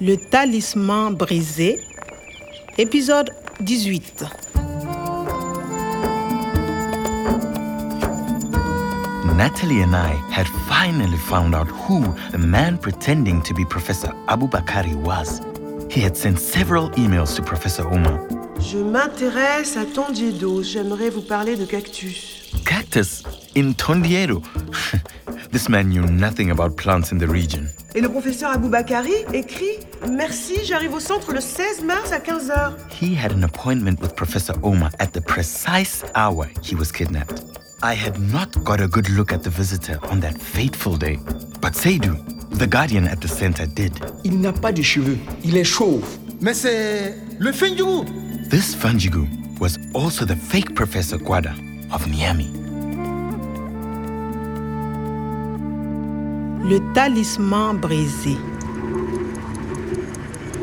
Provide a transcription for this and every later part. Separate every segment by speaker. Speaker 1: Le talisman brisé, épisode 18.
Speaker 2: Natalie and I had finally found out who the man pretending to be Professor Abu Bakari was. He had sent several emails to Professor Omar.
Speaker 3: Je m'intéresse à Tondiedo. J'aimerais vous parler de cactus.
Speaker 2: Cactus in Tondiero. this man knew nothing about plants in the region.
Speaker 3: Et le professeur Aboubakari écrit Merci, j'arrive au centre le 16 mars à 15h.
Speaker 2: He had an appointment with Professor Omar at the precise hour he was kidnapped. I had not got a good look at the visitor on that fateful day, but Seydu, the guardian at the center, did.
Speaker 4: Il n'a pas de cheveux, il est chauve.
Speaker 5: Mais c'est le fin du goût.
Speaker 2: This Fanjigu was also the fake Professor Gwada of Niami.
Speaker 1: Le talisman brisé.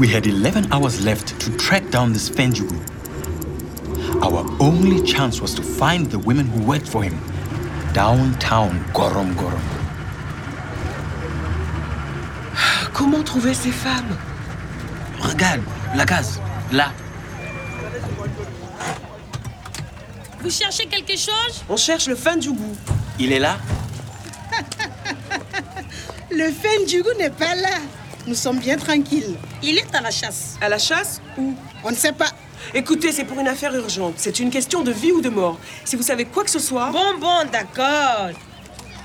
Speaker 2: We had 11 hours left to track down this Fanjigu. Our only chance was to find the women who worked for him downtown Gorom Gorom.
Speaker 3: Comment trouver ces femmes
Speaker 2: Regarde, la case, là.
Speaker 6: Vous cherchez quelque chose
Speaker 3: On cherche le fin du goût.
Speaker 2: Il est là.
Speaker 7: Le Fendjougou n'est pas là. Nous sommes bien tranquilles. Il est à la chasse.
Speaker 3: À la chasse
Speaker 7: Où On ne sait pas.
Speaker 3: Écoutez, c'est pour une affaire urgente. C'est une question de vie ou de mort. Si vous savez quoi que ce soit.
Speaker 6: Bon, bon, d'accord.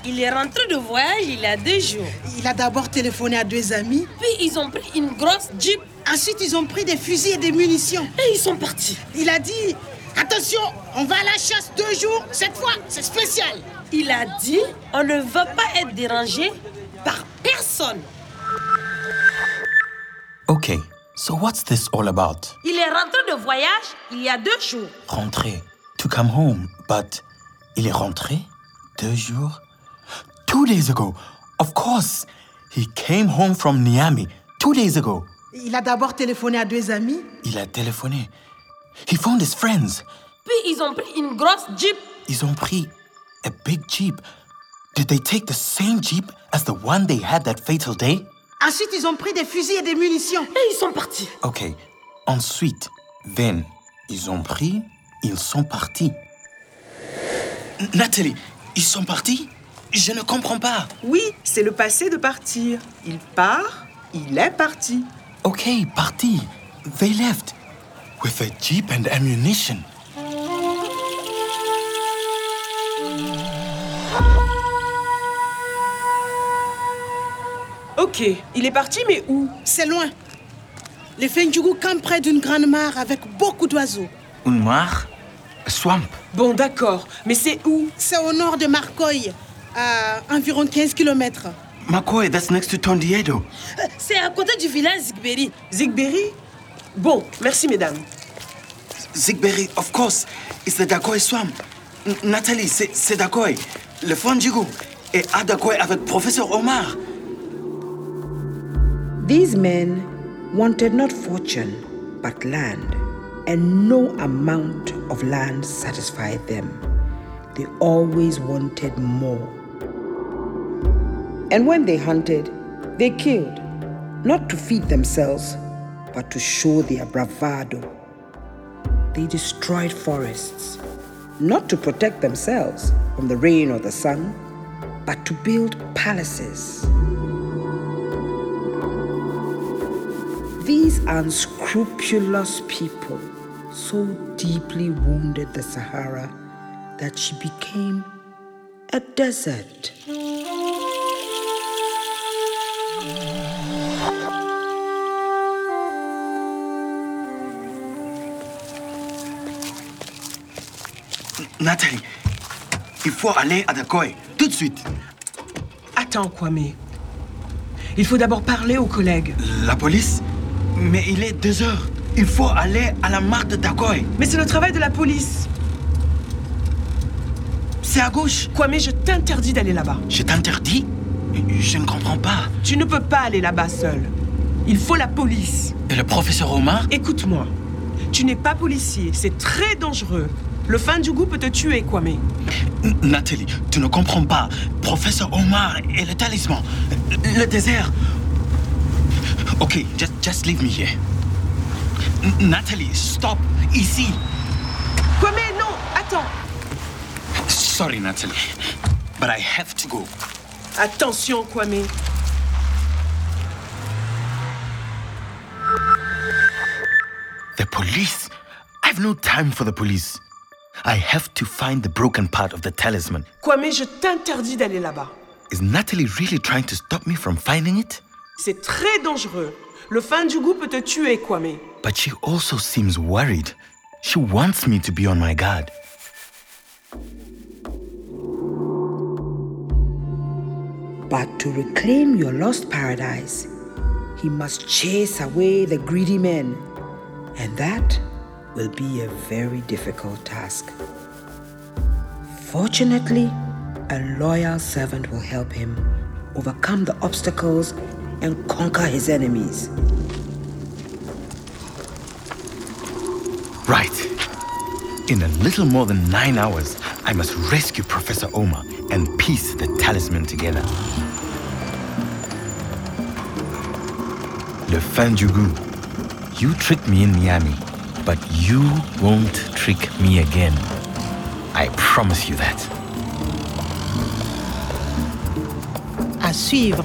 Speaker 6: Il est rentré de voyage il y a deux jours.
Speaker 7: Il a d'abord téléphoné à deux amis.
Speaker 6: Puis ils ont pris une grosse jeep
Speaker 7: Ensuite, ils ont pris des fusils et des munitions.
Speaker 6: et ils sont partis.
Speaker 7: Il a dit Attention, on va à la chasse deux jours. Cette fois, c'est spécial.
Speaker 6: Il a dit on ne veut pas être dérangé par personne.
Speaker 2: Okay, so what's this all about?
Speaker 6: Il est rentré de voyage il y a deux jours.
Speaker 2: Rentrer. To come home. But il est rentré deux jours? Two days ago. Of course. He came home from Niamey two days ago.
Speaker 7: Il a d'abord téléphoné à deux amis.
Speaker 2: Il a téléphoné. He found his friends.
Speaker 6: Puis ils ont pris une grosse jeep.
Speaker 2: Ils ont pris a big jeep. Did they take the same jeep as the one they had that fatal day?
Speaker 7: Ensuite, ils ont pris des fusils et des munitions.
Speaker 6: Et ils sont partis.
Speaker 2: Okay. Ensuite, then, ils ont pris, ils sont partis. N- Nathalie, ils sont partis? Je ne comprends pas.
Speaker 3: Oui, c'est le passé de partir. Il part, il est parti.
Speaker 2: Okay, parti. They left. With a jeep and ammunition.
Speaker 3: Ok, il est parti, mais où
Speaker 7: C'est loin. Le Fendjougou campe près d'une grande mare avec beaucoup d'oiseaux.
Speaker 2: Une mare? A swamp.
Speaker 3: Bon, d'accord, mais c'est où
Speaker 7: C'est au nord de Marcoy, à environ 15 km.
Speaker 2: Makoy, that's next to Tondiedo.
Speaker 6: C'est à côté du village Zigberi.
Speaker 3: Zigberry Bon, merci, mesdames.
Speaker 2: Zigberry, of course. It's the Dagoy swamp. N- Nathalie, c'est c'est Dagoy. Le Fonjigu. Et à Dagoy avec Professeur Omar.
Speaker 8: These men wanted not fortune, but land, and no amount of land satisfied them. They always wanted more. And when they hunted, they killed, not to feed themselves, but to show their bravado. They destroyed forests, not to protect themselves from the rain or the sun, but to build palaces. These unscrupulous people so deeply wounded the Sahara that she became a desert.
Speaker 2: Nathalie, il faut aller à Dagoy. Tout de suite.
Speaker 3: Attends, Kwame. Il faut d'abord parler aux collègues.
Speaker 2: La police Mais il est deux heures. Il faut aller à la mare de Dagoy.
Speaker 3: Mais c'est le travail de la police.
Speaker 2: C'est à gauche.
Speaker 3: Kwame, je t'interdis d'aller là-bas.
Speaker 2: Je t'interdis Je ne comprends pas.
Speaker 3: Tu ne peux pas aller là-bas seul. Il faut la police.
Speaker 2: Et le professeur Omar
Speaker 3: Écoute-moi. Tu n'es pas policier. C'est très dangereux. Le fin du goût peut te tuer, Kwame.
Speaker 2: N- Nathalie, tu ne comprends pas. Professeur Omar et le talisman. Le désert. Okay, just just leave me here. N- Natalie, stop. Ici.
Speaker 3: Quoi, mais non, attends.
Speaker 2: Sorry, Natalie, but I have to go.
Speaker 3: Attention, Kwame.
Speaker 2: The police? I've no time for the police. I have to find the broken part of the talisman.
Speaker 3: Kwame, je t'interdis d'aller là-bas.
Speaker 2: Is Natalie really trying to stop me from finding it?
Speaker 3: C'est très dangereux. Le fin du goût peut te tuer, Kwame.
Speaker 2: But she also seems worried. She wants me to be on my guard.
Speaker 8: But to reclaim your lost paradise, he must chase away the greedy men. And that will be a very difficult task. Fortunately, a loyal servant will help him overcome the obstacles and conquer his enemies.
Speaker 2: Right. In a little more than nine hours, I must rescue Professor Oma and piece the talisman together. Le Fanjugu, you tricked me in Miami, but you won't trick me again. I promise you that.
Speaker 1: À suivre.